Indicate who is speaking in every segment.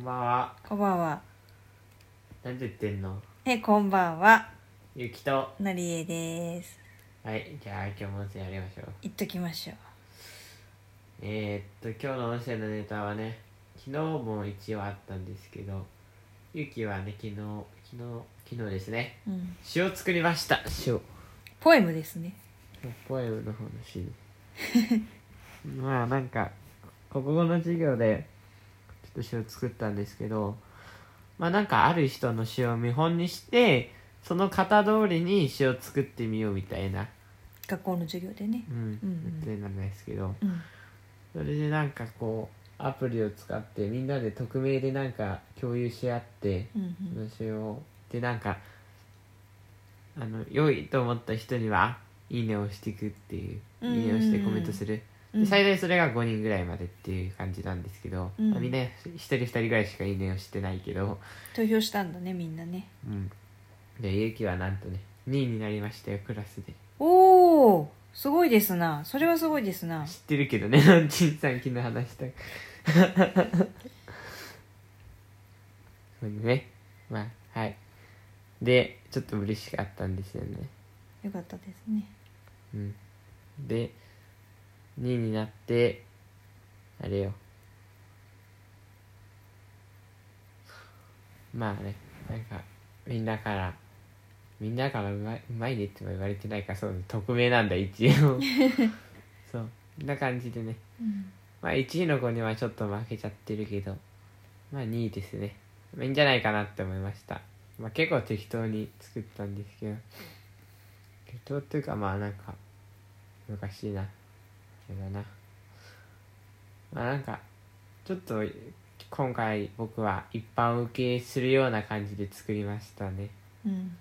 Speaker 1: んばんは。
Speaker 2: こんばんは。
Speaker 1: なんて言ってんの
Speaker 2: え、こんばんは。
Speaker 1: ゆきと。
Speaker 2: のりえです。
Speaker 1: はい、じゃあ今日も音声やりましょう。
Speaker 2: 言っときましょう。
Speaker 1: えー、っと、今日の音声のネタはね、昨日も一応あったんですけど、ゆきはね、昨日、昨日、昨日ですね、
Speaker 2: うん。
Speaker 1: 詩を作りました。詩を。
Speaker 2: ポエムですね。
Speaker 1: ポエムの方の詩。 まあなんか、国語の授業で、ちょっと詩を作ったんですけど、まあなんかある人の詩を見本にして、その型通りに詩を作ってみようみたいな、
Speaker 2: 学校の授業でね
Speaker 1: う。ん
Speaker 2: うんうん、
Speaker 1: やってなんですけど、
Speaker 2: うん。
Speaker 1: それでなんかこう、アプリを使ってみんなで匿名でなんか共有し合って、
Speaker 2: うん
Speaker 1: その詩を、でなんか、あの、良いと思った人には、いいねを押していくっていう、
Speaker 2: うんうんうん
Speaker 1: いいねをしてコメントする。
Speaker 2: う
Speaker 1: で
Speaker 2: ん。
Speaker 1: 最大それが5人ぐらいまでっていう感じなんですけど、
Speaker 2: うん
Speaker 1: まあみんな1人2人ぐらいしかいいねをしてないけど、
Speaker 2: 投票したんだね、みんなね。
Speaker 1: うん、でゆうきはなんとね2位になりましたよクラスで
Speaker 2: おー、すごいですな。それはすごいですな
Speaker 1: 知。ってるけどねのんちんさん昨日話した そうねまあはいでちょっと嬉しかったんですよね、
Speaker 2: よかったですね。
Speaker 1: うん、で2位になってあれよまあねなんかみんなからみんなからうまいうまいねっても言われてないからそう匿名なんだ一応そうこんな感じでね
Speaker 2: うん。
Speaker 1: まあ1位の子にはちょっと負けちゃってるけどまあ2位ですねまあいいんじゃないかなって思いましたまあ結構適当に作ったんですけど適当っていうかまあなんか難しいなあれだなまあなんかちょっと今回僕は一般受けするような感じで作りましたね
Speaker 2: うん。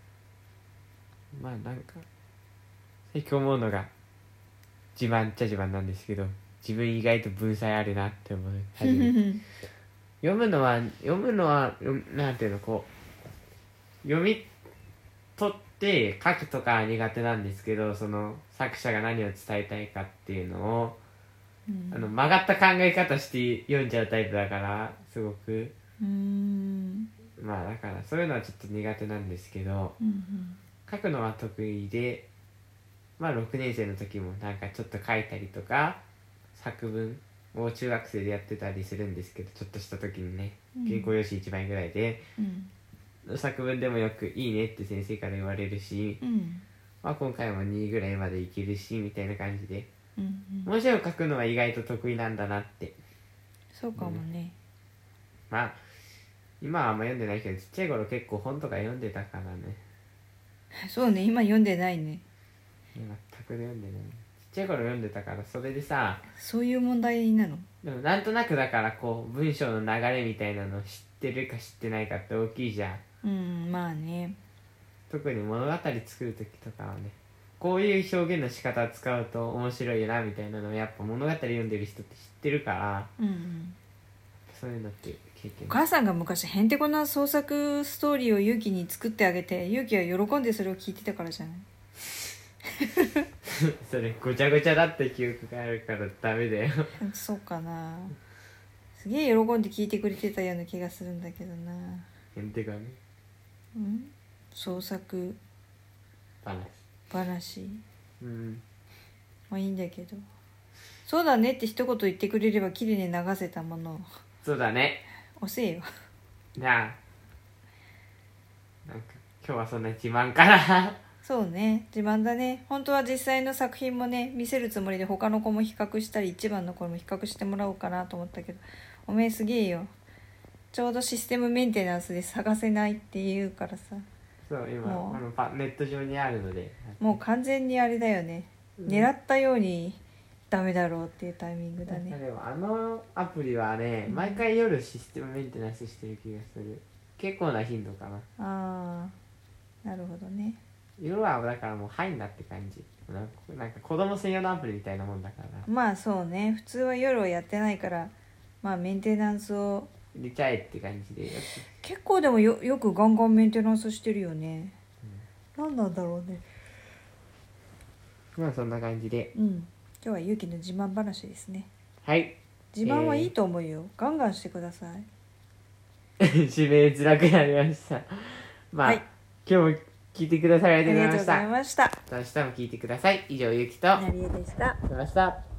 Speaker 1: まあなんか最近思うのが自慢っちゃ自慢なんですけど自分意外と文才あるなって思う初めて読むのは読むのは読むなんていうのこう読み取って書くとかは苦手なんですけどその作者が何を伝えたいかっていうのを
Speaker 2: うん
Speaker 1: あの曲がった考え方して読んじゃうタイプだからすごく
Speaker 2: うーん。
Speaker 1: まあだからそういうのはちょっと苦手なんですけど
Speaker 2: うんうん。
Speaker 1: 書くのは得意でまあ6年生の時もなんかちょっと書いたりとか作文を中学生でやってたりするんですけどちょっとした時にね
Speaker 2: うん
Speaker 1: 原稿用紙1枚ぐらいで、
Speaker 2: うん。
Speaker 1: 作文でもよく「いいね」って先生から言われるし、
Speaker 2: うん。
Speaker 1: まあ、今回も2位ぐらいまでいけるしみたいな感じで
Speaker 2: うんうん。
Speaker 1: 文字を書くのは意外と得意なんだなって
Speaker 2: そうかもね。
Speaker 1: まあ今はあんま読んでないけどちっちゃい頃結構本とか読んでたからね
Speaker 2: そうね、今読んでないね。
Speaker 1: 全く読んでないちっちゃい頃読んでたからそれでさ
Speaker 2: そういう問題なの
Speaker 1: でもなんとなくだからこう文章の流れみたいなの知ってるか知ってないかって大きいじゃん
Speaker 2: うん、まあね。
Speaker 1: 特に物語作る時とかはねこういう表現の仕方を使うと面白いよなみたいなのをやっぱ物語読んでる人って知ってるから
Speaker 2: うんうん。
Speaker 1: そういうのって経験
Speaker 2: お母さんが昔へんてこな創作ストーリーを勇気に作ってあげて勇気は喜んでそれを聞いてたからじゃない
Speaker 1: それごちゃごちゃだった記憶があるからダメだよ
Speaker 2: そうかなすげえ喜んで聞いてくれてたような気がするんだけどな
Speaker 1: へんてかね
Speaker 2: うん創作
Speaker 1: 話
Speaker 2: 話
Speaker 1: うん
Speaker 2: まあいいんだけど「そうだね」って一言言ってくれれば綺麗に流せたものを
Speaker 1: そうだね
Speaker 2: 押せよ
Speaker 1: なあなんか今日はそんな自慢かな
Speaker 2: そうね自慢だね本当は実際の作品もね見せるつもりで他の子も比較したり一番の子も比較してもらおうかなと思ったけどおめえすげえよちょうどシステムメンテナンスで探せないって言うからさ
Speaker 1: そう今
Speaker 2: もう
Speaker 1: あのパネット上にあるので
Speaker 2: もう完全にあれだよね、狙ったようにダメだろうっていうタイミングだね
Speaker 1: でもあのアプリはね毎回夜システムメンテナンスしてる気がする結構な頻度かな
Speaker 2: ああなるほどね
Speaker 1: 夜はだからもう入んなって感じなんかなんか子供専用のアプリみたいなもんだから
Speaker 2: まあそうね普通は夜はやってないからまあメンテナンスを
Speaker 1: 入れちゃえって感じで
Speaker 2: 結構でもよよくガンガンメンテナンスしてるよね、何なんだろうね
Speaker 1: まあそんな感じで
Speaker 2: うん今日はゆうきの自慢話ですね
Speaker 1: はい
Speaker 2: 自慢はいいと思うよ、ガンガンしてください
Speaker 1: 締めづらくなりましたまあ、
Speaker 2: はい
Speaker 1: 今日も聞いてくださりあ
Speaker 2: あ
Speaker 1: り
Speaker 2: り
Speaker 1: が
Speaker 2: が
Speaker 1: とうござ
Speaker 2: とうござ
Speaker 1: い
Speaker 2: い
Speaker 1: ま
Speaker 2: ました。
Speaker 1: した明日も聞いてください以上ゆきとあ
Speaker 2: なりえでした。
Speaker 1: りがとうございました